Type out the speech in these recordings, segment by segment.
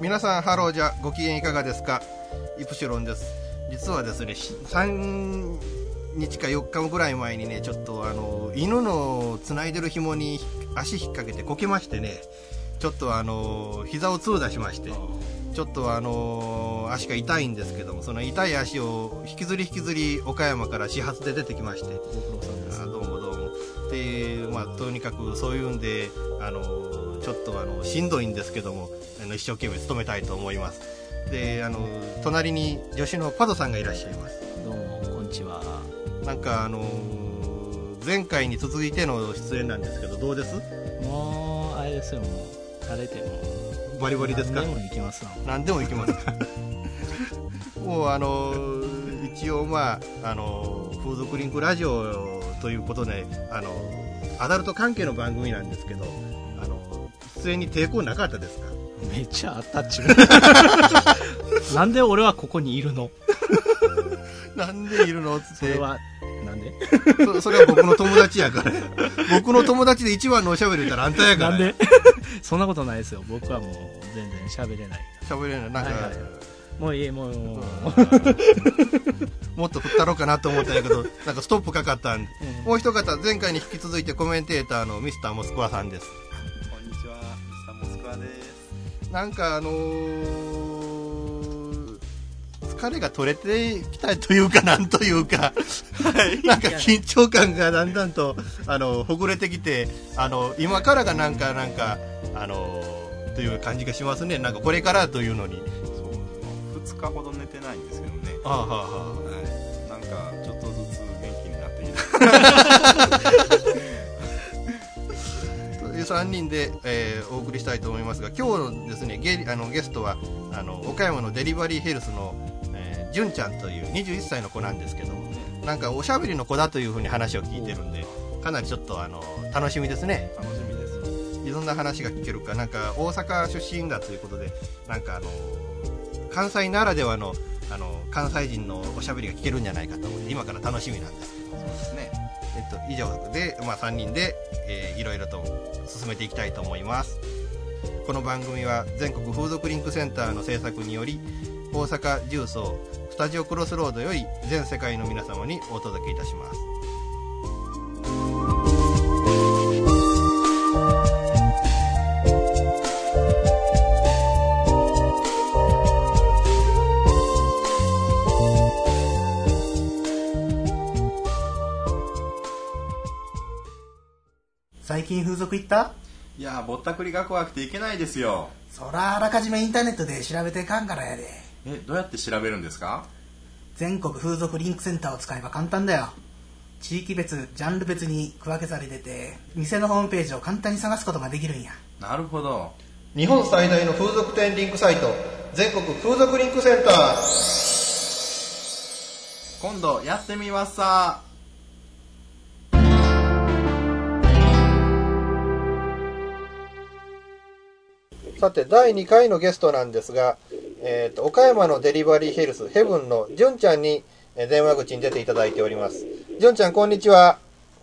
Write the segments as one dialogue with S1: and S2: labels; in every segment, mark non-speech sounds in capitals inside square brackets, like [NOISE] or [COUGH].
S1: 皆さんハローじゃご機嫌いかがですかイプシロンです実はですねし3日か4日ぐらい前にねちょっとあの犬のつないでる紐に足引っ掛けてこけましてねちょっとあの膝を痛打しましてちょっとあの足が痛いんですけどもその痛い足を引きずり引きずり岡山から始発で出てきまして
S2: ご苦労さんです
S1: あどうもどうもでまあとにかくそういうんであのちょっとあのしんどいんですけどもあの一生懸命勤めたいと思いますであの隣に助手のパドさんがいらっしゃいます
S2: どうもこんにちは
S1: なんかあの前回に続いての出演なんですけどどうです
S2: もうあれですよもう垂れても
S1: バリバリですか
S2: 何でもいけますな
S1: 何でもいきますもうあのー一応まあ、あのー風俗リンクラジオということで、あのーアダルト関係の番組なんですけど、あのー出演に抵抗なかったですか
S2: めっちゃアタッチメントなんで俺はここにいるの
S1: なんでいるのっつっ
S2: それ
S1: て
S2: はなんで
S1: そそれは僕の友達
S2: [LAUGHS]
S1: やからや僕の友達で一番のおしゃべり言ったらあんたやから
S2: な
S1: や
S2: んで [LAUGHS] そんなことないですよ僕はもう全然喋れない
S1: 喋れないなんか、
S2: はいはいもういいもうもう
S1: もっと振ったろうかなと思ったんやけどなんかストップかかったんで
S2: うん
S1: もう一方前回に引き続いてコメンテーターのミスターモスクワさんです
S3: こんにちは、サモスクワです。
S1: なんかあのー疲れが取れてきたというか、なんというか、なんか緊張感がだんだんと、あの、ほぐれてきて、あの、今からがなんか、なんか、あのーという感じがしますね。なんかこれからというのに。
S3: そう、2日ほど寝てないんですけどね。
S1: ああ、はあ、は
S3: はい。なんか、ちょっとずつ元気になってき
S1: あ。という3人で、えーお送りしたいと思いますが、今日のですね、ゲリあのゲストは、あの、岡山のデリバリーヘルスの、えー、純ちゃんという21歳の子なんですけども、なんかおしゃべりの子だというふうに話を聞いてるんで、かなりちょっとあの楽しみですね。
S3: た。楽しみです。
S1: いろんな話が聞けるか、なんか大阪出身だということで、なんかあの関西ならではのあの関西人のおしゃべりが聞けるんじゃないかと思って、今から楽しみなんですけど。
S3: そうですね。
S1: えっと、以上で、まあ、3人で、えーいろいろと進めていきたいと思いますこの番組は全国風俗リンクセンターの制作により大阪重曹スタジオクロスロードより全世界の皆様にお届けいたします
S4: 最近風俗行った
S3: いやー、ぼったくりが怖くていけないですよ。
S4: そらあらかじめインターネットで調べてかんからやで
S3: え、どうやって調べるんですか
S4: 全国風俗リンクセンターを使えば簡単だよ地域別ジャンル別に区分けされてて店のホームページを簡単に探すことができるんや
S3: なるほど。
S1: 日本最大の風俗店リンクサイト全国風俗リンクセンター
S3: 今度、やってみますさ。
S1: さて第2回のゲストなんですが、えー、と岡山のデリバリーヘルスヘブンの純ちゃんにえー電話口に出ていただいております純ちゃんこんにちは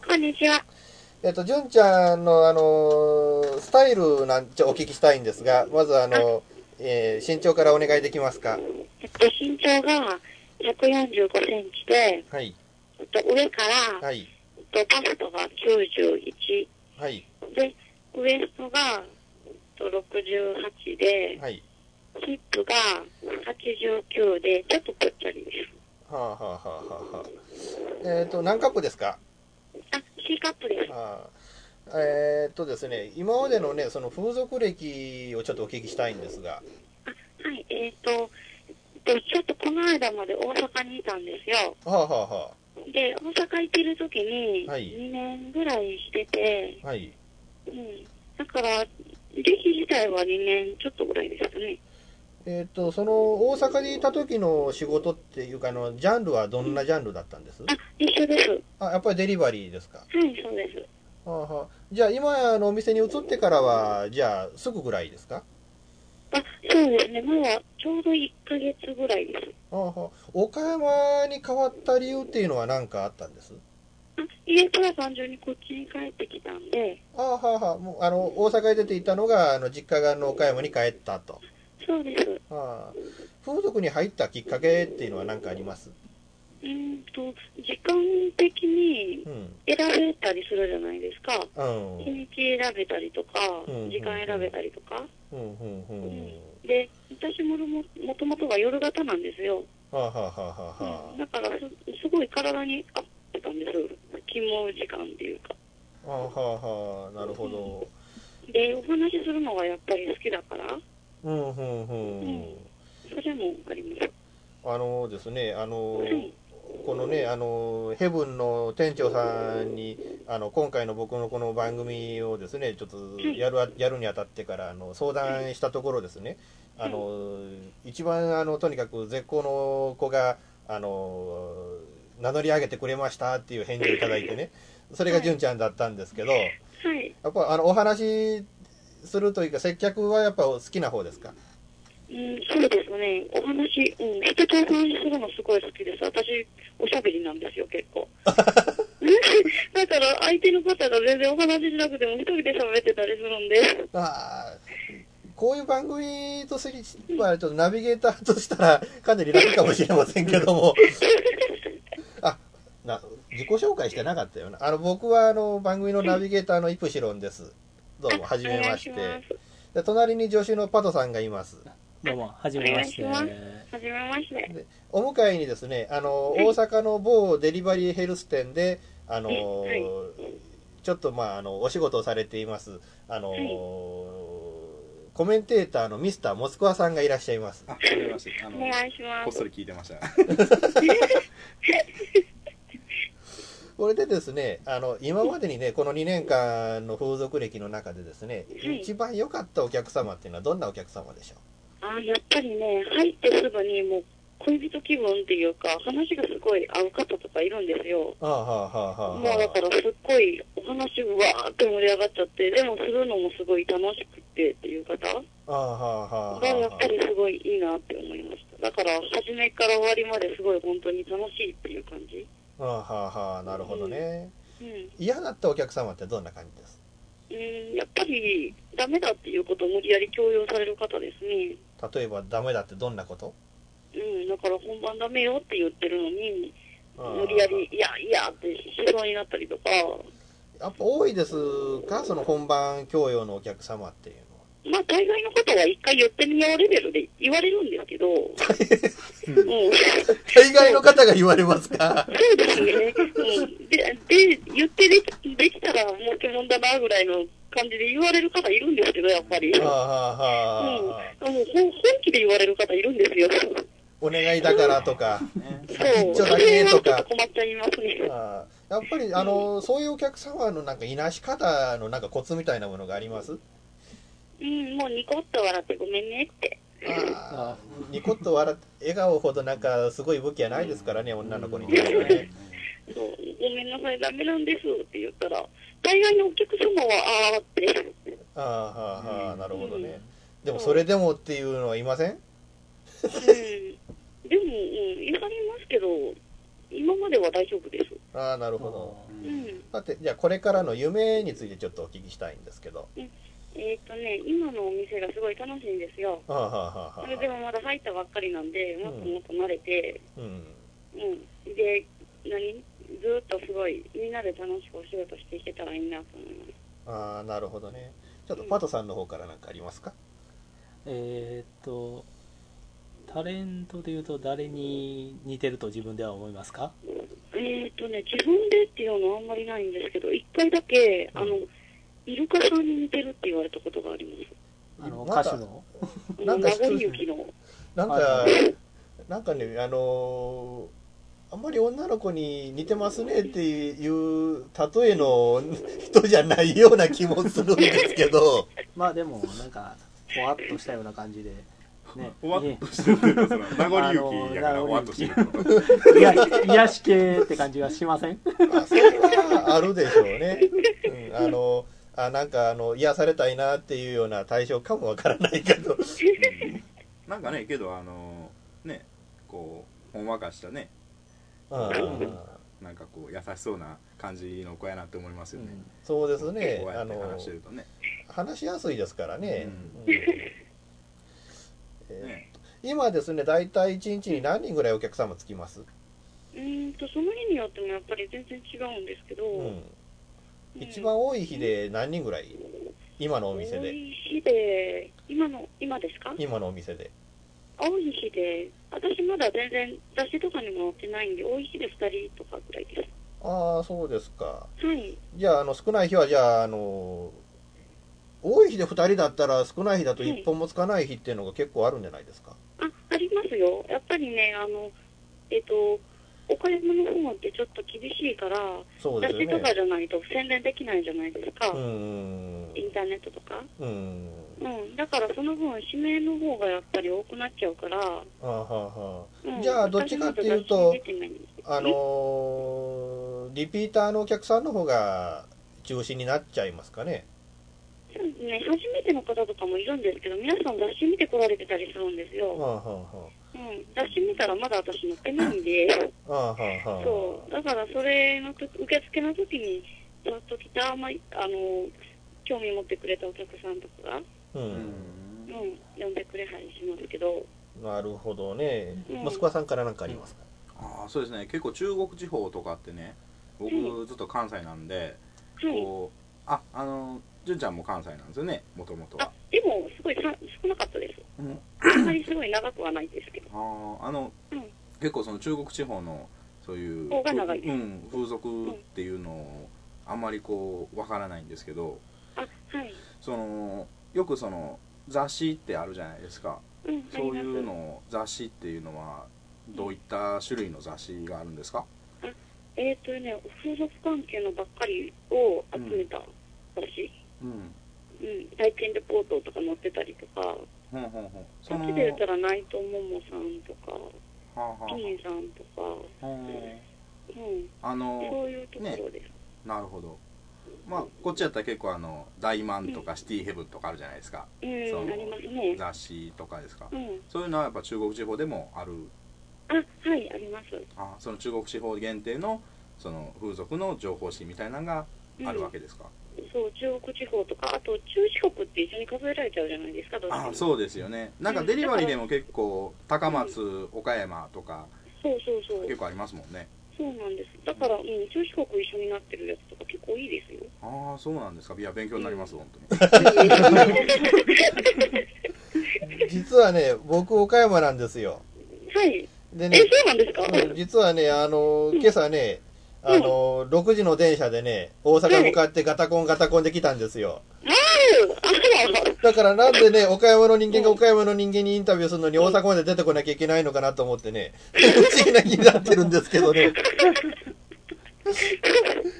S5: こんにちは。
S1: えっと、純ちゃんの、あのースタイルなんちょお聞きしたいんですが、まず、あのえー身長からお願いできますか。
S5: えっと、身長が145センチで、
S1: はい。
S5: えっと、上から、
S1: はい。
S5: えっと、バストが91
S1: はい。
S5: で、ウエストが、えっと、68で、
S1: はい。
S5: ヒップが89で、ちょっとぽっちゃりで
S1: はあ、はあはあはあはあ、えっと、何カップですか
S5: す。あ、C カップです。
S1: あーえっとですね、今までのね、その風俗歴をちょっとお聞きしたいんですが、
S5: はい、えっと、えっと、ちょっとこの間まで大阪にいたんですよ。
S1: はあ、はあは
S5: で、大阪行ってる時に、
S1: はい
S5: 2年ぐらいしてて、
S1: あ、はい。
S5: うん。だから、歴自体は2年ちょっとぐらいですかね。
S1: えっと、その、大阪にいた時の仕事っていうか、あの、ジャンルはどんなジャンルだったんです
S5: あ、一緒です。は
S1: あ、やっぱりデリバリーですか
S5: い、そうです。
S1: はあはあ、じゃあ今あのお店に移ってからはじゃあすぐぐらいですか、
S5: あ、そうですね。まだちょうど1ヶ月ぐらいです。
S1: はあはあ、岡山に変わった理由っていうのは何かあったんです
S5: あ、家から単純にこっちに帰ってきたんで、
S1: ああはあはあもうあの大阪へ出ていたのがあの実家があの岡山に帰ったと
S5: そうです。
S1: ああ風俗に入ったきっかけっていうのは何かあります
S5: うーんと、時間的に
S1: うん
S5: 選べたりするじゃないですか。
S1: うん
S5: 日にち選べたりとか
S1: うん、
S5: 時間選べたりとか。
S1: うんうんうんうん
S5: で、私もももともとが夜型なんですよ。
S1: はあはあはあはあは
S5: だからす、すごい体に合ってたんです。勤務時間っていうか。
S1: あはあはあなるほど
S5: で、お話しするのがやっぱり好きだから、
S1: うんうんうん
S5: それもあります。
S1: あのですねあの
S5: はい。
S1: このねあのヘブンの店長さんにあの今回の僕のこの番組をですねちょっとやるやるにあたってからあの相談したところですねあの一番あのとにかく絶好の子があの名乗り上げてくれましたっていう返事をいただいてねそれが純ちゃんだったんですけど、
S5: はい。
S1: やっぱあのお話しするというか接客はやっぱ好きな方ですか
S5: うん、そうですね。お話、うん、人とお話しするのすごい好きです。私、おしゃべりなんですよ、結
S1: [LAUGHS]
S5: 構。だから、相手の方が全然お話ししなくても、一人で喋ってたりするんで。
S1: ああこういう番組とすればちょっとナビゲーターとしたらかなり楽かもしれませんけど
S5: [LAUGHS]
S1: もあな自己紹介してなかったよなあの僕はあの番組のナビゲーターのイプシロンですどうもはじめまして
S5: お願いします
S1: で隣に助手のパトさんがいます
S2: どうも、はじめまして。
S5: お願いしはじめまして。
S1: でお迎えにですねあの大阪の某デリバリーヘルス店であの
S5: はい
S1: ちょっとまああのお仕事をされていますあの、
S5: はい
S1: コメンテーターのミスターモスクワさんがいらっしゃいます
S3: あ、わかりました。あ
S5: お
S3: の、
S5: 願いし
S3: こ
S5: ま
S3: っ
S5: す
S3: そ。り聞いてました。
S1: これでですねあの今までにねこの2年間の風俗歴の中でですね、
S5: はい
S1: 一番良かったお客様っていうのはどんなお客様でしょ
S5: あやっぱりね、入ってすぐにもう恋人気分っていうか、話がすごい合う方とかいるんですよ。
S1: うああはあはあはあ
S5: もうだからすっごいお話うわーって盛り上がっちゃって、でもするのもすごい楽しくてっていう方
S1: ああはあはあは
S5: がやっ
S1: あ
S5: ぱりすごいいいなって思いました。だから初めから終わりまですごい本当に楽しいっていう感じ。
S1: ああはあはあなるほどね
S5: うん。
S1: 嫌だったお客様ってどんな感じです
S5: うん、やっぱりダメだっていうことを無理やり強要される方ですね。
S1: 例えばダメだってどんなこと
S5: うん、だから本番ダメよって言ってるのに、
S1: あー
S5: 無理やり、いや、いやってしそうになったりとか、
S1: やっぱ多いですかその本番教養のお客様っていうのは
S5: まあ大概のことは一回言ってみようレベルで言われるんです
S1: [LAUGHS]
S5: けど、 [LAUGHS] うん。
S1: 大概の方が言われますか
S5: [LAUGHS] そうですね。うん、で、で、言ってできできたらもう手もんだなぐらいの感じで言われる方いるんですけど、やっぱり。うん。
S1: ああ
S5: もう
S1: はあはあ
S5: ほん本気で言われる方いるんですよ。
S1: お願いだからとか
S5: そう。
S1: ちょっとだけ
S5: そ
S1: と
S5: れ
S1: か
S5: はちょっと困っちゃいますね。
S1: ああやっぱりあのそういうお客様のなんかいなし方のなんかコツみたいなものがあります
S5: うん、もうニコッと笑ってごめんねって。
S1: ああニコッと笑って笑顔ほどなんかすごい武器はないですからね女の子にとってはね
S5: そう。ごめんなさい、ダメなんですって言ったら、大概のお客様は、あーって。
S1: ああはあはあなるほどねでもそれでもっていうのはいません
S5: うん。でも、うん、いられますけど、今までは大丈夫です。
S1: ああなるほど
S5: うん。
S1: さてじゃあこれからの夢についてちょっとお聞きしたいんですけど
S5: えっ、とね、今のお店がすごい楽しいんですよ。
S1: ああはあはあ
S5: それで
S1: はあ
S5: もまだ入ったばっかりなんで、もっともっと慣れて、
S1: うん
S5: うん。で、何ずーっとすごい、みんなで楽しくお仕事していけたらいいなと思います。
S1: ああなるほどねちょっとパトさんの方から何かありますか、
S2: えーっと、タレントで言うと誰に似てると自分では思いますか
S5: えっ、とね、自分でっていうのはあんまりないんですけど、一回だけ、あの、イルカさんに似てるって言われたことがありま
S2: あの、
S1: また
S2: 歌手の。
S5: す。 [LAUGHS]
S1: なんか
S5: あの孫にゆきの。
S1: なんか
S2: は
S1: なんかねあのーあんまり女の子に似てますねっていう例えの人じゃないような気もするんですけど
S2: [LAUGHS] まあでも、なんか、ほわっとしたような感じで。ね、
S3: おわっとしてるってことなの名残雪やから、
S2: あのー
S3: おわっとしてるってこと
S2: いや癒し系って感じがしません
S1: まあそれはあるでしょうね、うん、あのあなんかあの癒されたいなっていうような対象かもわからないけど
S3: なんかね、けど、あのー、ね、こう、ほんわかしたね、
S1: あー
S3: なんかこう、優しそうな感じの子やなって思いますよね。
S1: そうですね
S3: こうや
S1: あ
S3: って
S1: の
S3: 話してるとね。
S1: 話しやすいですからね、
S3: う
S1: うん今ですね、大体1日に何人ぐらいお客様つきます、
S5: うーんとその日によってもやっぱり全然違うんですけど、
S1: うん、一番多い日で何人ぐらい今のお店
S5: 多
S1: で。
S5: い日で今の今ですか
S1: 今のお店で。
S5: 多い日で私まだ全然雑誌とかにも載ってないんで多い日で2人とかぐらいで
S1: ああ、そうですか。
S5: すはい
S1: じゃあ、あの、少ない日は、じゃあ、あの、多い日で2人だったら、少ない日だと1本もつかない日っていうのが結構あるんじゃないですか。
S5: あありますよやっぱりねあのえっ、と岡山の方ってちょっと厳しいから、
S1: そうで
S5: 雑
S1: すよ
S5: 誌と
S1: ね
S5: か。じゃないと宣伝できないじゃないですか、
S1: うんうん
S5: インターネットとか
S1: うん。うん。
S5: うんだからその分指名の方がやっぱり多くなっちゃうから、
S1: あーはーはー
S5: うん、
S1: じゃあどっちかっていうと
S5: 私もちょっ雑誌に出てないんですけど
S1: あのーリピーターのお客さんの方が中心になっちゃいますかね。
S5: そうですね、初めての方とかもいるんですけど、皆さん雑誌見て来られてたりするんです
S1: はあ
S5: よ。
S1: はあは
S5: うん、雑誌見たらまだ私載ってないんで、
S1: あ。はあはあはあ。
S5: そう、だからそれの時受付の時に、ちょっと来た、あんまり、あの、興味持ってくれたお客さんとかが、う
S1: う
S3: うん
S1: ん。
S5: ん、呼んでくれはりしますけど、
S1: なるほどね。
S5: うん
S1: 息子さんから何かありますか、
S3: ああそうですね結構中国地方とかってね僕
S5: う
S3: ずっと関西なんで、
S5: はい。
S3: こうああの純ちゃんも関西なんですよねもともと
S5: あ
S3: は、、
S5: でも、すごいさ少なかったです。
S3: うん
S5: あんまりすごい長くはないで
S3: [LAUGHS]
S5: すけど。
S3: あーあの、
S5: うん
S3: 結構その中国地方のそういう、
S5: 方が長い
S3: うん、風俗っていうのをあんまりこうわからないんですけど
S5: あ、はい。
S3: そのよくその雑誌ってあるじゃないですか
S5: うん、あ
S3: そ
S5: り
S3: う
S5: ます
S3: いうのを雑誌っていうのはどういった種類の雑誌があるんですか、
S5: えっ、とね、風俗関係のばっかりを集めた雑誌。
S3: うん、
S5: うん、体験レポートとか載ってたりとか、
S3: ほんほんほん
S5: そ
S3: そ
S5: っ
S3: の
S5: ちで言ったら内藤ももさんとか、
S3: はあはあ
S5: きみさんと
S3: う
S5: か、
S3: ん
S5: うん、
S3: あの
S5: そういうところです。
S3: なるほどまあこっちやったら結構あの「大満」とか「シティヘブン」とかあるじゃないですか、
S5: う
S3: そ
S5: ん、
S3: の
S5: ありますね。
S3: 雑誌とかですか、
S5: うん、
S3: そういうのはやっぱ中国地方でもある
S5: あ、はい、あります。
S3: あその中国地方限定のその風俗の情報誌みたいなのが
S5: うん、
S3: あるわけですか、
S5: そう、中国地方とか、あと中四国って一緒に数えられちゃうじゃないですか、どうして
S3: あ
S5: も。そう
S3: そうですよねなんかデリバリーでも結構高松岡山とか
S5: そうそう
S3: 結構ありますもんね
S5: そうなんです。だから、うん、中四国一緒になってるやつとか結構い
S3: [LAUGHS]
S5: いですよ。
S3: ああそうなんですかいや勉強になります本当に
S1: 実はね、僕、岡山なんですよ。
S5: はい。
S1: で
S5: え、
S1: ね
S5: そ、うなんですか、
S1: うん実はね、あの、今朝ね、あの、6時の電車でね、大阪向かってガタコンガタコンで来たんですよ。だからなんでね、岡山の人間が岡山の人間にインタビューするのに大阪まで出てこなきゃいけないのかなと思ってね、不思議な気になってるんですけど
S5: [LAUGHS]
S1: ね。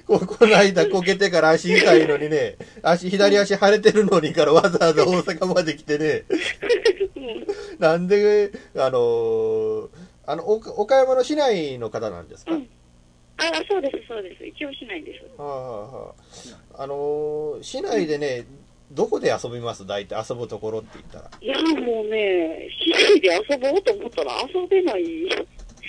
S1: ここの間こけてから足痛いのにね、足、左足腫れてるのにからわざわざ大阪まで来てね、なんで、あの、あの、岡岡山の市内の方なんですか、
S5: うんあ、そうです、そうです。一応しないです。
S1: はあはあはあ、あのー市内でね、どこで遊びます大体遊ぶところって言ったら。
S5: いや、もうね、市内で遊ぼうと思ったら遊べない。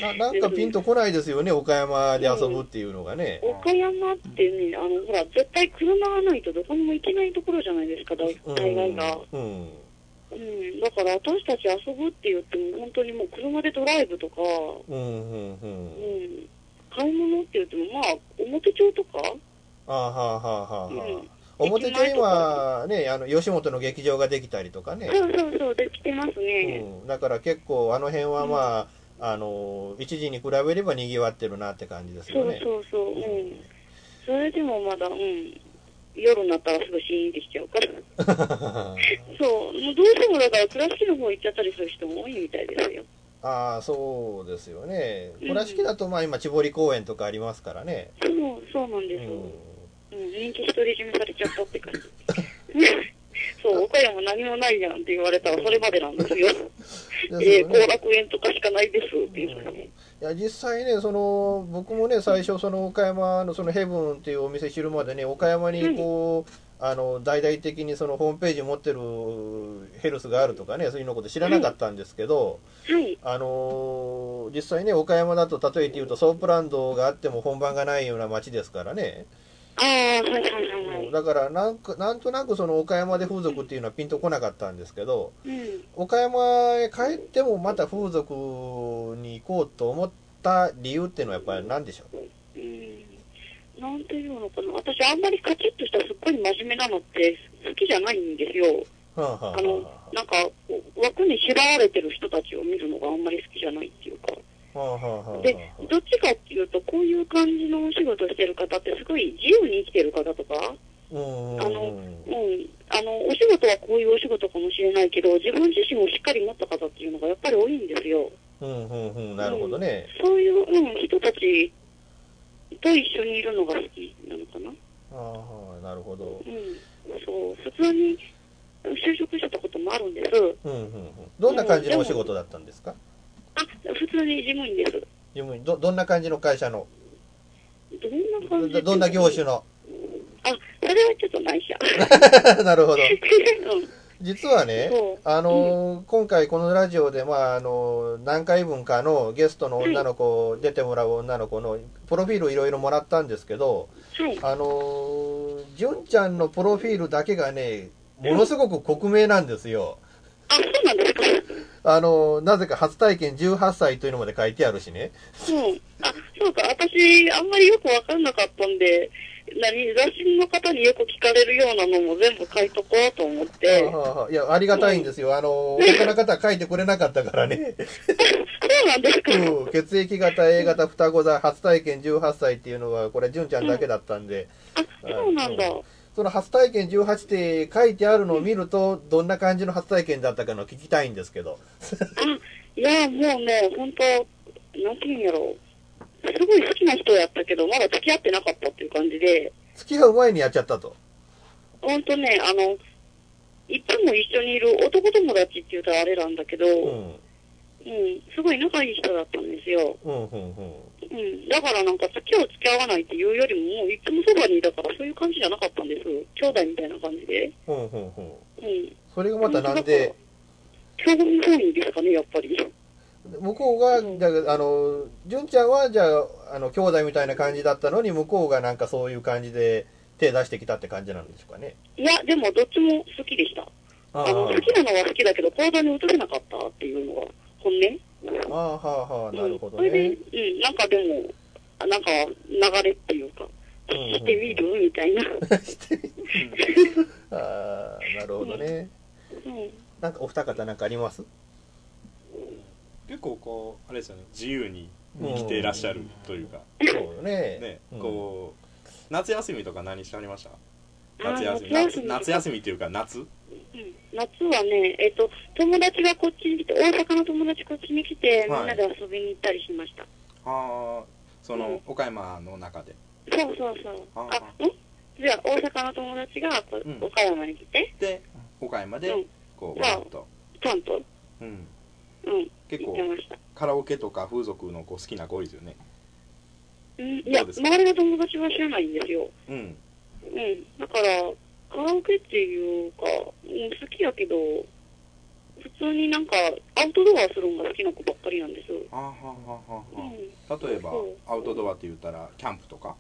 S1: ななんかピンとこないですよね、岡山で遊ぶっていうのがね。
S5: 岡山ってね、あの、ほら、絶対車がないとどこにも行けないところじゃないですか、大
S1: うん。
S5: 大概が。
S1: うん。
S5: うん。だから私たち遊ぶって言っても、本当にもう車でドライブとか、
S1: うん、うん、う。
S5: うんん。買い物って言っても、まあ、表町とか
S1: あーはあはあはあ
S5: うん。
S1: はあ。表町今、ね、あの、吉本の劇場ができたりとかね。
S5: そうそうそう、できてますね。
S1: うん。だから結構あの辺はまあ、あのー、一時に比べれば賑わってるなって感じです
S5: そ
S1: よ
S5: う
S1: ね。
S5: そうそう、うん。それでもまだ、うん。夜になったらすぐシーンってしちゃうから。 [LAUGHS] そう、もうどうしてもだから倉敷の方行っちゃったりする人も多いみたいですよ。
S1: ああ、そうですよね。
S5: うん
S1: 倉敷だとまあ今、千堀公園とかありますからね。
S5: そう、そうなんですよ。
S1: う
S5: うん、人気独り占めされちゃったって感じ。 [LAUGHS] そう、岡山何もないやんって言われたらそれまでなんですよ。
S1: んです
S5: えー、
S1: よ
S5: 後
S1: ね
S5: 楽園とかしかないですっていうからね。
S1: いや実際ね、その僕もね、最初、その岡山のそのヘブンっていうお店知るまでね、岡山にこう、あの大々的にそのホームページ持ってるヘルスがあるとかね、そういうのこと知らなかったんですけど、
S5: はい。
S1: あのー実際ね、岡山だと例えて言うと、ソープランドがあっても本番がないような街ですからね、
S5: ああ、はいはいはいはい。
S1: だからなんかなんとなくその岡山で風俗っていうのはピンとこなかったんですけど
S5: うん。
S1: 岡山へ帰ってもまた風俗に行こうと思った理由っていうのはやっぱり何でしょう
S5: うん。なんていうのかな。私、あんまりカチッとしたすっごい真面目なのって好きじゃないんですよ。
S1: はあはあは
S5: あの、なんか、枠に縛られてる人たちを見るのがあんまり好きじゃないっていうか。
S1: あはあはあはあはあ
S5: で、どっちかっていうと、こういう感じのお仕事してる方って、すごい自由に生きてる方とか、
S1: うんうん
S5: あ
S1: う
S5: の
S1: ん
S5: うん、あの、お仕事はこういうお仕事かもしれないけど、自分自身をしっかり持った方っていうのがやっぱり多いんですよ。
S1: うんうんうんなるほどね
S5: そういう、うん、人たちと一緒にいるのが好きなのかな。
S1: はあはあなるほど
S5: うん、そう、普通に就職してたこともあるんです。
S1: うんうんうんどんな感じのお仕事だったんですか
S5: あ、普通に事務員です。
S1: 自分どどんな感じの会社の
S5: どんな感じ
S1: どどんな業種
S5: の
S1: の
S5: あ、それはちょっと内
S1: [LAUGHS]
S5: 緒。
S1: なるほど
S5: うん
S1: 実はね
S5: そう、
S1: あのー今回このラジオで、まああのー何回分かのゲストの女の子、出てもらう女の子のプロフィールいろいろもらったんですけど、
S5: はい。
S1: あのー、純ちゃんのプロフィールだけがね、ものすごく克明なんですよ。
S5: あ、そうなんですか。
S1: あのーなぜか初体験18歳というのまで書いてあるしね。
S5: うん。あ、そうか。私、あんまりよくわかんなかったんで、何、雑誌の方によく聞かれるようなのも全部書いとこうと思って。
S1: はあはあいや、ありがたいんですよ。あのー、他の方は書いてくれなかったからね。
S5: そうなんですか。
S1: うん血液型、A 型、双子座、初体験18歳っていうのは、これ純ちゃんだけだったんで、
S5: あ、そうなんだ。
S1: その初体験18って書いてあるのを見ると、どんな感じの初体験だったかの聞きたいんですけど。
S5: いや、もうね、本当なんていうんやろすごい好きな人やったけど、まだ付き合ってなかったっていう感じで、
S1: 付き合う前にやっちゃったと。
S5: 本当ね、あの、いつも一緒にいる男友達って言うとあれなんだけど、
S1: う
S5: うん、
S1: ん。
S5: すごい仲いい人だったんですよ。
S1: うん、うん、うん。
S5: うん、だからなんか付き合う付き合わないっていうよりも、もういつもそばにいたからそういう感じじゃなかったんです。兄弟みたいな感じで。
S1: うん、うん、うん。
S5: うん。
S1: それがまたなんで、
S5: 興味本位ですかね、やっぱり。
S1: 向こうが、
S5: うん
S1: だからあの、純ちゃんは、じゃあ、あの、兄弟みたいな感じだったのに、向こうがなんかそういう感じで手出してきたって感じなんでしょうかね。
S5: いや、でもどっちも好きでした。
S1: あ
S5: あの好きなのは好きだけど、行動に移れなかったっていうのが本
S1: あ
S5: 音。
S1: あ、はあ、はあ、なるほど
S5: うんそれ
S1: ね。
S5: で、うん、なんかでも、あなんか流れっていうか、
S1: うんうんうん
S5: してみるみ
S1: [LAUGHS]
S5: たいな。
S1: ああ、なるほどね。
S5: うん
S1: なんかお二方なんかあります
S6: [LAUGHS] 結構こうあれですよね自由に生きていらっしゃるというか、
S1: そうよね。
S6: ね
S1: うん
S6: こう夏休みとか何してありました
S5: あ
S6: 夏休み
S5: 夏休
S6: 夏
S5: み
S6: 夏休みっていうか夏
S5: うん夏はね、えっと、友達がこっちに来て、大阪の友達こっちに来て、み
S6: はい
S5: んなで遊びに行ったりしました。
S6: ああその、
S5: うん
S6: 岡山の中で
S5: そうそうそう。
S6: あ
S5: あ、んじゃあ、大阪の友達がこ
S6: うん
S5: 岡山に来て、
S6: で岡山
S5: う
S6: で
S5: ん
S6: こう
S5: じ
S6: わ
S5: ゃあ
S6: ーっと、
S5: 関東、
S6: うん、
S5: うん、
S6: 結
S5: 行っ
S6: 構
S5: てました。
S6: カラオケとか風俗のこう好きな子ですよね
S5: うん、いや、
S6: どうですか
S5: 周りの友達は知らないんですよ。
S6: うん
S5: うん、だから、カラオケっていうか、うん、好きやけど、普通になんか、アウトドアするのが好きな子ばっかりなんです。う
S6: あーはーはーはーは
S5: ん、
S6: ー例えば
S5: そう
S6: アウトドアって言ったらキャンプとか、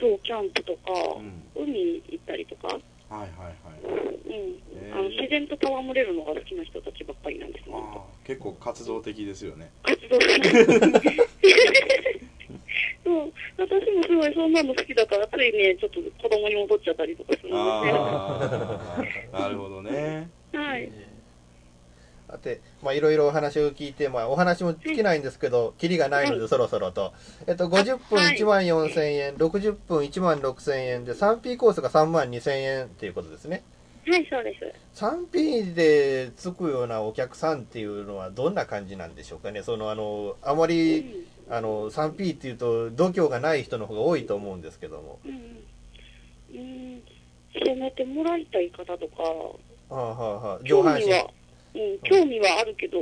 S5: そう、キャンプとか、
S6: うん、
S5: 海行ったりとか、
S6: はいはいはい
S5: うん、
S6: え
S5: あの自然と戯れるのが好きな人たちばっかりなんですね
S6: あ。ー結構活動的ですよね
S5: 活動そう、私もすごいそんなの好きだから、ついね、ちょっと子供に戻っちゃったりとかするんですね。
S6: あ
S5: [LAUGHS]
S6: あなるほどね
S5: はい。
S1: だって、まあ、いろいろお話を聞いて、まあ、お話も尽きないんですけど、キリがないの
S5: は
S1: で、そろそろと。えっと、50分
S5: はい
S1: 1万4千円、60分1万6千円で、3P コースが3万2千円っていうことですね。
S5: はい、そうです。
S1: 3P でつくようなお客さんっていうのはどんな感じなんでしょうかね。その、あの、あまり、あの、3P っていうと、度胸がない人の方が多いと思うんですけども。
S5: うんうん、うん、攻めてもらいたい方とか、
S1: はあ、はあはあ、上
S5: 興
S1: 半
S5: 味
S1: 身。
S5: は、うん、興味はあるけど、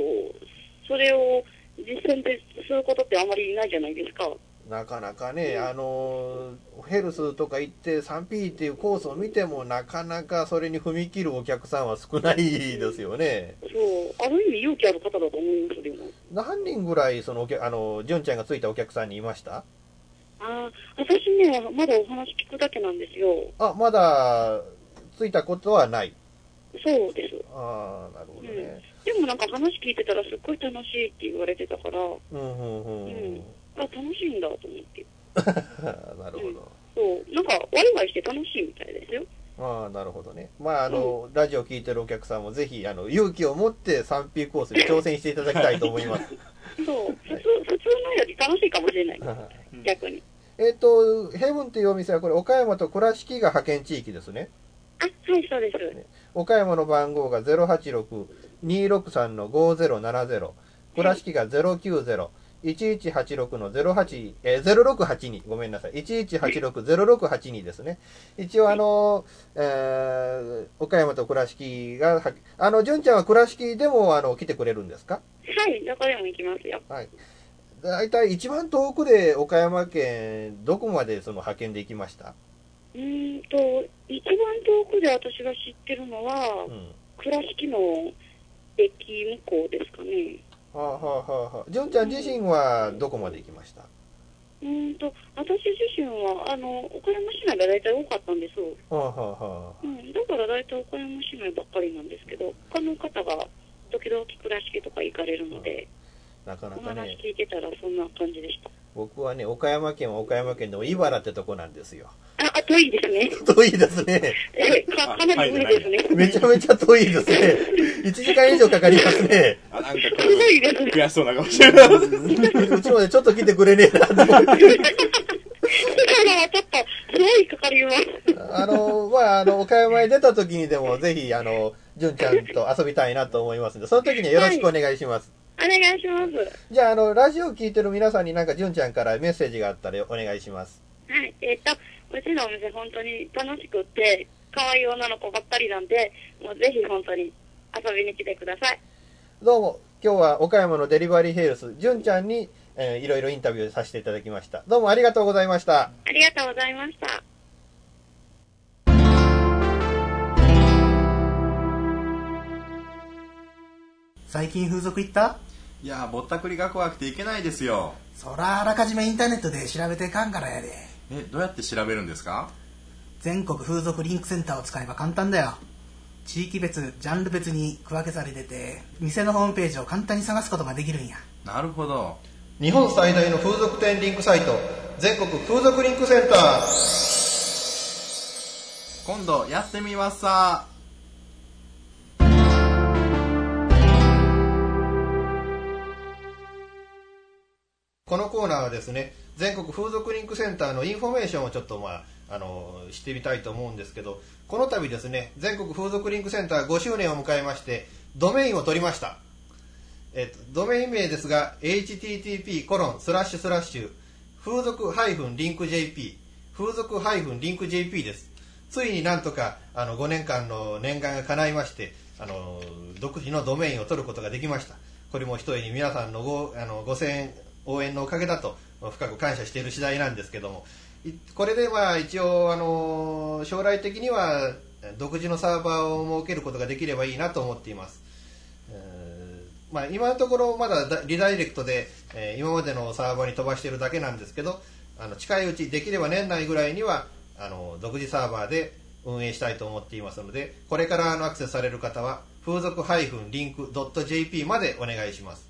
S5: それを実践ですることってあまりいないじゃないですか。
S1: なかなかね、あのヘルスとか行って 3P っていうコースを見てもなかなかそれに踏み切るお客さんは少ないですよね。
S5: そう、ある意味勇気ある方だと思います、でも。
S1: 何人ぐらいそのお客あの純ちゃんがついたお客さんにいました？
S5: ああ、私ね、まだお話聞くだけなんですよ。
S1: あ、まだ、ついたことはない。
S5: そうです。
S1: ああ、なるほどね。
S5: でもなんか話聞いてたらすっごい楽しいって言われてたから、あ、
S1: うん、うん、うん。
S5: うん楽しいんだと思って。
S1: [LAUGHS] なるほど。
S5: そう、なんかワイワイして楽しいみたいですよ。
S1: ああ、なるほどね。まあ、あの、ラジオ聞いてるお客さんもぜひ、あの、勇気を持って 3P コースに挑戦していただきたいと思います。
S5: そう、普通、普通のより楽しいかもしれない。逆に。
S1: えっと、ヘブンというお店は、これ、岡山と倉敷が派遣地域ですね。
S5: あ、はい、そうです。
S1: 岡山の番号が086-263-5070、倉敷が090-1186の08、えー、0682、ごめんなさい、1186-0682ですね。一応、あの、えー岡山と倉敷がは、あの、純ちゃんは倉敷でも、あの、来てくれるんですか
S5: はい、どこでも行きますよ。
S1: はい。大体一番遠くで岡山県、どこまでその派遣で行きました
S5: うーんと、一番遠くで私が知ってるのは、
S1: うん。
S5: 倉敷の駅向こうですかね。
S1: はあ、はあはあはあ、純ちゃん自身はどこまで行きました
S5: うーんと、私自身は、あの、岡山市内が大体多かったんです。
S1: はあはあは
S5: うん、だから大体岡山市内ばっかりなんですけど、他の方が時々倉敷とか行かれるので、
S1: あ。なかな
S5: お
S1: か
S5: 話
S1: ね、
S5: 聞いてたらそんな感じでした。
S1: 僕はね、岡山県は岡山県でも茨ってとこなんですよ。
S5: あ、あ遠いですね。
S1: [LAUGHS] 遠いですね。
S5: え、か、かなり無理ですね。
S1: めちゃめちゃ遠いですね。1時 [LAUGHS] 間以上かかりますね。
S6: あなんかこ
S5: すごいです
S6: う
S5: ね。
S6: 悔しそうな顔してる
S1: うちまでちょっと来てくれねえなと
S5: だからちょっと、すごいかかります。
S1: あの、まあ、あの、岡山へ出た時にでも、ぜひ、あの、純ちゃんと遊びたいなと思いますので、その時にはよろしくお願いします。
S5: お願いします。
S1: じゃあ、あの、ラジオ聞いてる皆さんになんか純ちゃんからメッセージがあったらお願いします。
S5: はい、えっ、と、うちのお店本当に楽しくって、可愛い女の子ばっかりなんで、もうぜひ本当に遊びに来てください。
S1: どうも、今日は岡山のデリバリーヘルス、純ちゃんに、えーいろいろインタビューさせていただきました。どうもありがとうございました。
S5: ありがとうございました。
S4: 最近風俗行った
S3: いやーぼったくりが怖くていけないですよ
S4: そらあらかじめインターネットで調べてかんからやで
S3: えどうやって調べるんですか
S4: 全国風俗リンクセンターを使えば簡単だよ地域別ジャンル別に区分けされてて店のホームページを簡単に探すことができるんや
S3: なるほど
S1: 日本最大の風俗店リンクサイト、全国風俗リンクセンター。
S3: 今度やってみますさ
S1: このコーナーはですね、全国風俗リンクセンターのインフォメーションをちょっとまあ、あの、してみたいと思うんですけど、この度ですね、全国風俗リンクセンター5周年を迎えまして、ドメインを取りました。えっと、ドメイン名ですが、http コロンスラッシュスラッシュ風俗ハイフンリンク JP 風俗ハイフンリンク JP です。ついになんとかあの5年間の念願が叶いまして、あの独自のドメインを取ることができました。これも一重に皆さんのごあのご声援応援のおかげだと深く感謝している次第なんですけども、いこれでまあ一応あの将来的には独自のサーバーを設けることができればいいなと思っています。えーまあ、今のところまだだリダイレクトで、えー今までのサーバーに飛ばしてるだけなんですけどあの近いうちできれば年内ぐらいにはあの独自サーバーで運営したいと思っていますのでこれからあのアクセスされる方は風俗 -link.jp までお願いします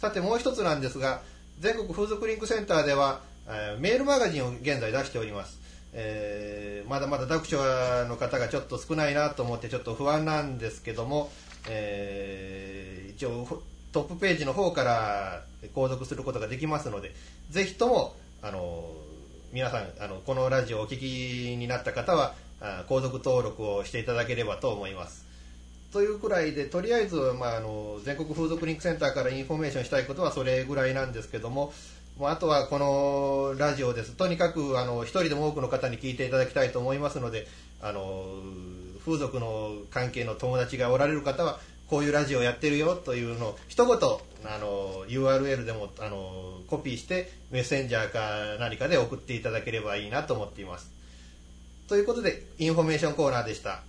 S1: さてもう一つなんですが全国風俗リンクセンターでは、えーメールマガジンを現在出しております、えーまだまだ読者の方がちょっと少ないなと思ってちょっと不安なんですけども、えー一応ほトップページの方から購読することができますのでぜひともあの皆さんあのこのラジオをお聞きになった方はあ購読登録をしていただければと思いますというくらいでとりあえず、まあ、あの全国風俗リンクセンターからインフォメーションしたいことはそれぐらいなんですけどももうあとはこのラジオですとにかくあの一人でも多くの方に聞いていただきたいと思いますのであの風俗の関係の友達がおられる方はこういうラジオやってるよというのを一言あの URL でもあのコピーしてメッセンジャーか何かで送っていただければいいなと思っていますということでインフォメーションコーナーでした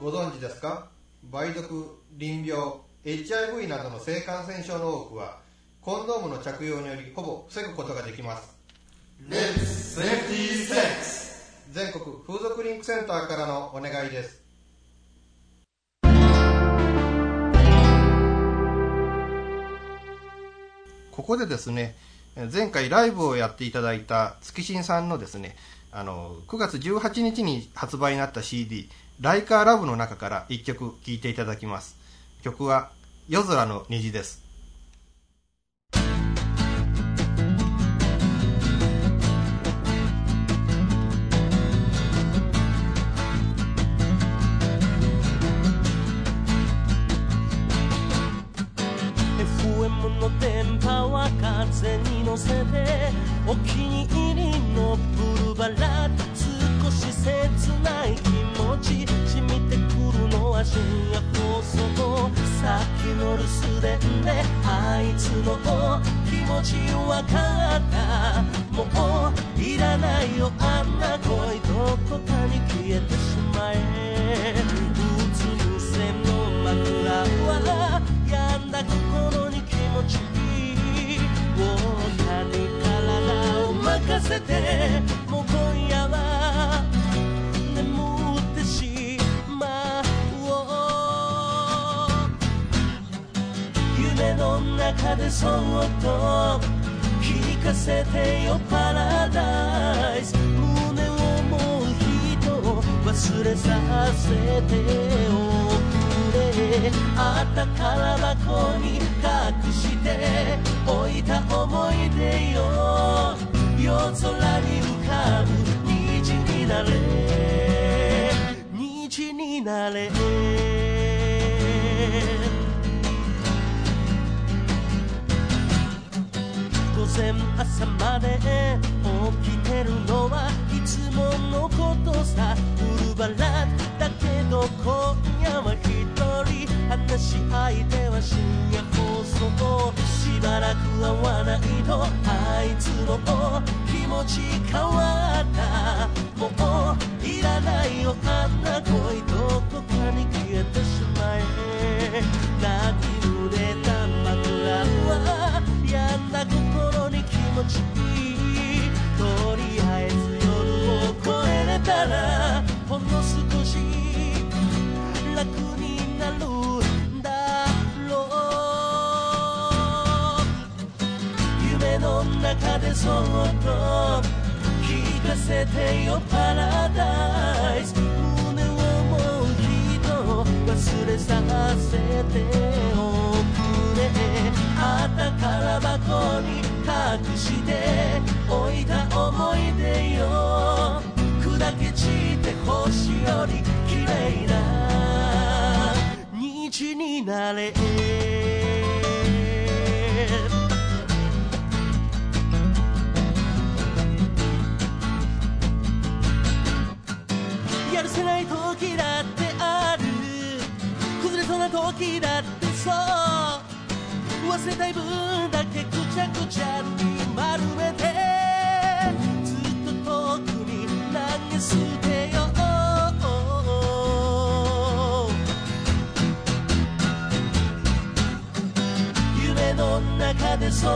S1: ご存知ですか梅毒、淋病、 HIV などの性感染症の多くはコンドームの着用によりほぼ防ぐことができます全国風俗リンクセンターからのお願いですここでですねえ前回ライブをやっていただいた月新さんのですねあの9月18日に発売になった CD「ライカーラブの中から1曲聴いていただきます曲は「夜空の虹」です
S7: 「FM の電波は風に乗せて」「お気に入りのブルーバラード」「少し切ない気持ち」「染みてくるのは深夜放送」「さっきの留守電であいつの気持ちわかった」「もういらないよあんな恋どこかに消えてしまえ」「うつ伏せの枕は」病んだ心に気持ちいい他に体を任せてもう今夜は眠ってしまおう夢の中でそっと聞かせてよパラダイス胸をもう人を忘れさせておくれあったから箱に隠しておいた思い出よ夜空に浮かぶ虹になれ虹になれ午前朝まで起きてるのはいつものことさウルバラだけど今夜は一人話し相手は深夜放送しばらく会わないとあいつの気持ち変わったもういらないよあんな恋どこかに消えてしまえ泣き濡れた枕は病んだ心に気持ちいいとりあえず夜を越えれたらほんの少し楽になるんだろう夢の中でそっと聞かせてよパラダイス胸をもう人忘れさせておくれあったから箱に隠しておいた思い出よ砕け散って星より綺麗な虹になれやるせない時だってある崩れそうな時だってそう忘れたい分だけぐちゃぐちゃに丸めてずっと遠くに投げ捨てよう夢の中でそっ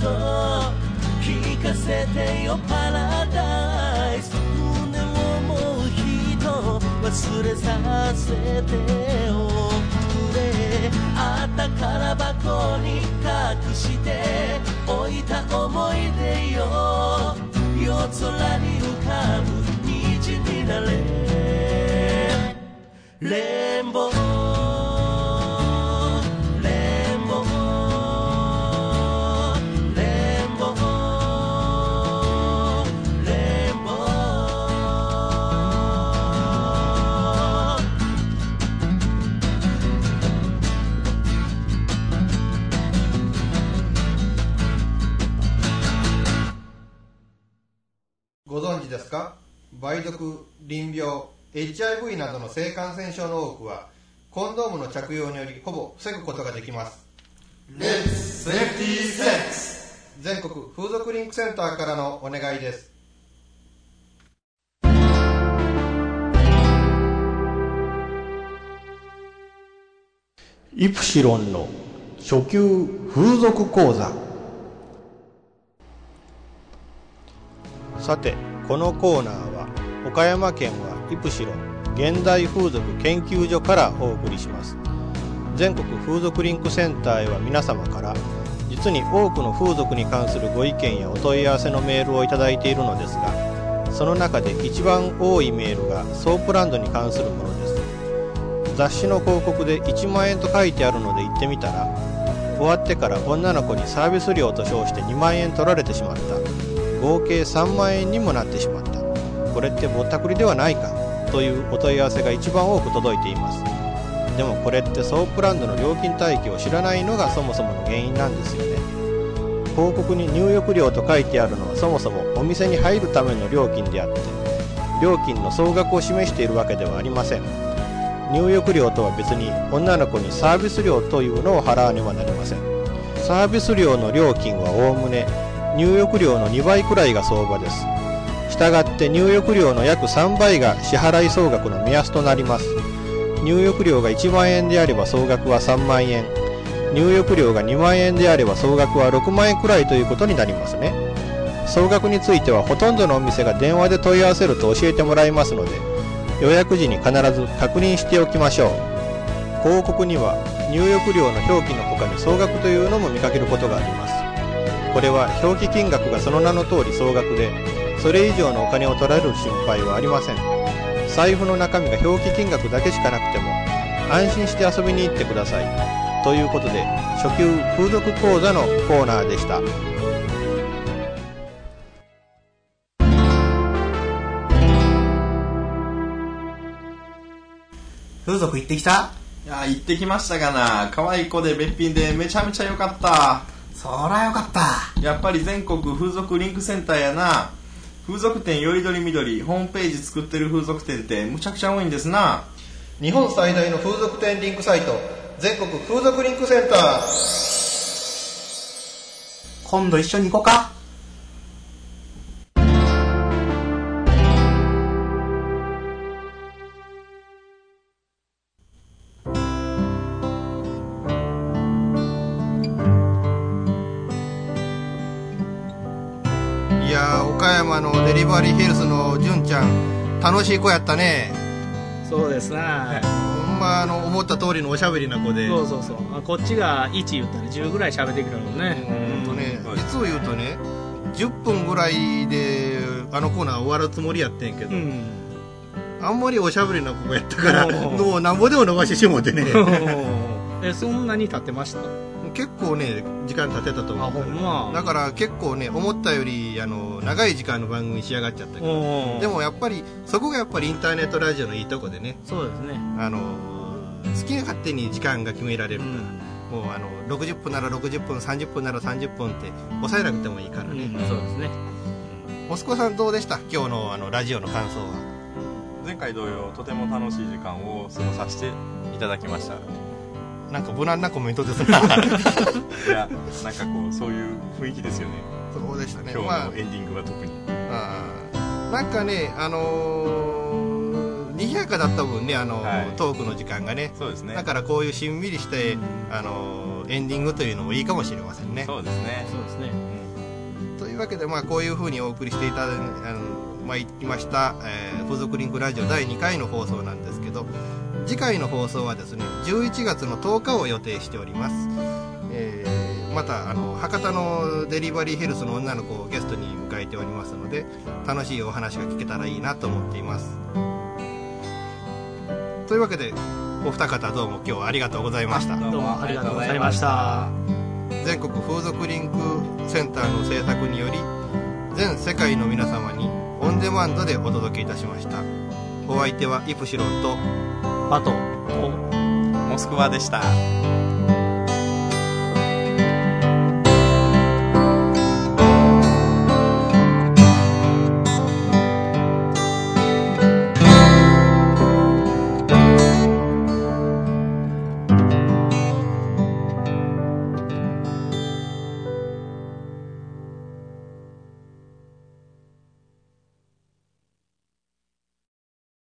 S7: と聞かせてよパラダイス胸をもう人忘れさせておくれあったから箱に隠しておいた思い出よ夜空に浮かぶ虹になれレインボーレインボーレインボーレインボー
S1: ご存知ですか梅毒淋病 HIV などの性感染症の多くはコンドームの着用によりほぼ防ぐことができます全国風俗リンクセンターからのお願いです
S8: イプシロンの初級風俗講座さてこのコーナーは岡山県はイプシロン現代風俗研究所からお送りします全国風俗リンクセンターへは皆様から実に多くの風俗に関するご意見やお問い合わせのメールをいただいているのですがその中で一番多いメールがソープランドに関するものです雑誌の広告で1万円と書いてあるので行ってみたら終わってから女の子にサービス料と称して2万円取られてしまった合計3万円にもなってしまったこれってぼったくりではないかというお問い合わせが一番多く届いていますでもこれってソープランドの料金体系を知らないのがそもそもの原因なんですよね広告に入浴料と書いてあるのはそもそもお店に入るための料金であって料金の総額を示しているわけではありません入浴料とは別に女の子にサービス料というのを払わねばなりませんサービス料の料金はおおむね入浴料の2倍くらいが相場ですしたがって入浴料の約3倍が支払い総額の目安となります入浴料が1万円であれば総額は3万円入浴料が2万円であれば総額は6万円くらいということになりますね総額についてはほとんどのお店が電話で問い合わせると教えてもらいますので予約時に必ず確認しておきましょう広告には入浴料の表記の他に総額というのも見かけることがありますこれは表記金額がその名の通り総額でそれ以上のお金を取られる心配はありません財布の中身が表記金額だけしかなくても安心して遊びに行ってくださいということで初級風俗講座のコーナーでした
S4: 風俗行ってきた
S3: いや行ってきましたがな可愛い子でべっぴんでめちゃめちゃ良かった
S4: そらよかった
S3: やっぱり全国風俗リンクセンターやな風俗店よりどりみどりホームページ作ってる風俗店ってむちゃくちゃ多いんですな
S1: 日本最大の風俗店リンクサイト全国風俗リンクセンター
S4: 今度一緒に行こうか
S1: いやー岡山のデリバリーヒルズの純ちゃん楽しい子やったね
S2: そうですな、
S1: ほんまあの思った通りのおしゃべりな子で
S2: そうそうそうあこっちが1言ったら10ぐらい喋ってくるもんね、
S1: うんとね
S6: はい
S1: 実を言うとね10分ぐらいであのコーナー終わるつもりやってんけど、
S2: うん
S1: あんまりおしゃべりな子がやった
S2: [LAUGHS]
S1: から
S2: おう
S1: もうなんぼでも伸ばしてしもうてね
S2: えそんな [LAUGHS] に経ってました
S1: 結構ね時間経ってたと思うから
S2: あほんま
S1: だから結構ね思ったよりあの長い時間の番組に仕上がっちゃったけどで
S2: で
S1: もやっぱりそこがやっぱりインターネットラジオのいいとこでね
S2: そうですね
S1: あの好き勝手に時間が決められる
S2: う
S1: から、
S2: ん
S1: もうあの60分なら60分30分なら30分って抑えなくてもいいからね、
S2: そうですね
S1: モスコさんどうでした今日のあのラジオの感想は
S6: 前回同様とても楽しい時間を過ごさせていただきました
S1: なんか無難なコメントです
S6: [LAUGHS]
S1: な
S6: いやなんかこうそういう雰囲気ですよね
S1: そうでしたね
S6: 今
S1: ま
S6: 日のエンディングは特に、
S1: ああーなんかねあのー、賑やかだった分ねあの、
S6: はい
S1: トークの時間がね
S6: そうですね
S1: だからこういうしんみりして、あのーエンディングというのもいいかもしれませんね
S6: そうですね
S2: そうですね
S1: というわけで、まあ、こういうふうにお送りしていただあの、まあ、いきました「えー、風俗リンクラジオ」第2回の放送なんですけど次回の放送はですね11月の10日を予定しております、えーまたあの博多のデリバリーヘルスの女の子をゲストに迎えておりますので楽しいお話が聞けたらいいなと思っていますというわけでお二方どうも今日はありがとうございました
S2: どうもありがとうございました
S1: 全国風俗リンクセンターの制作により全世界の皆様にオンデマンドでお届けいたしましたお相手はイプシロンと
S2: バトン
S3: モスクワでした
S1: 「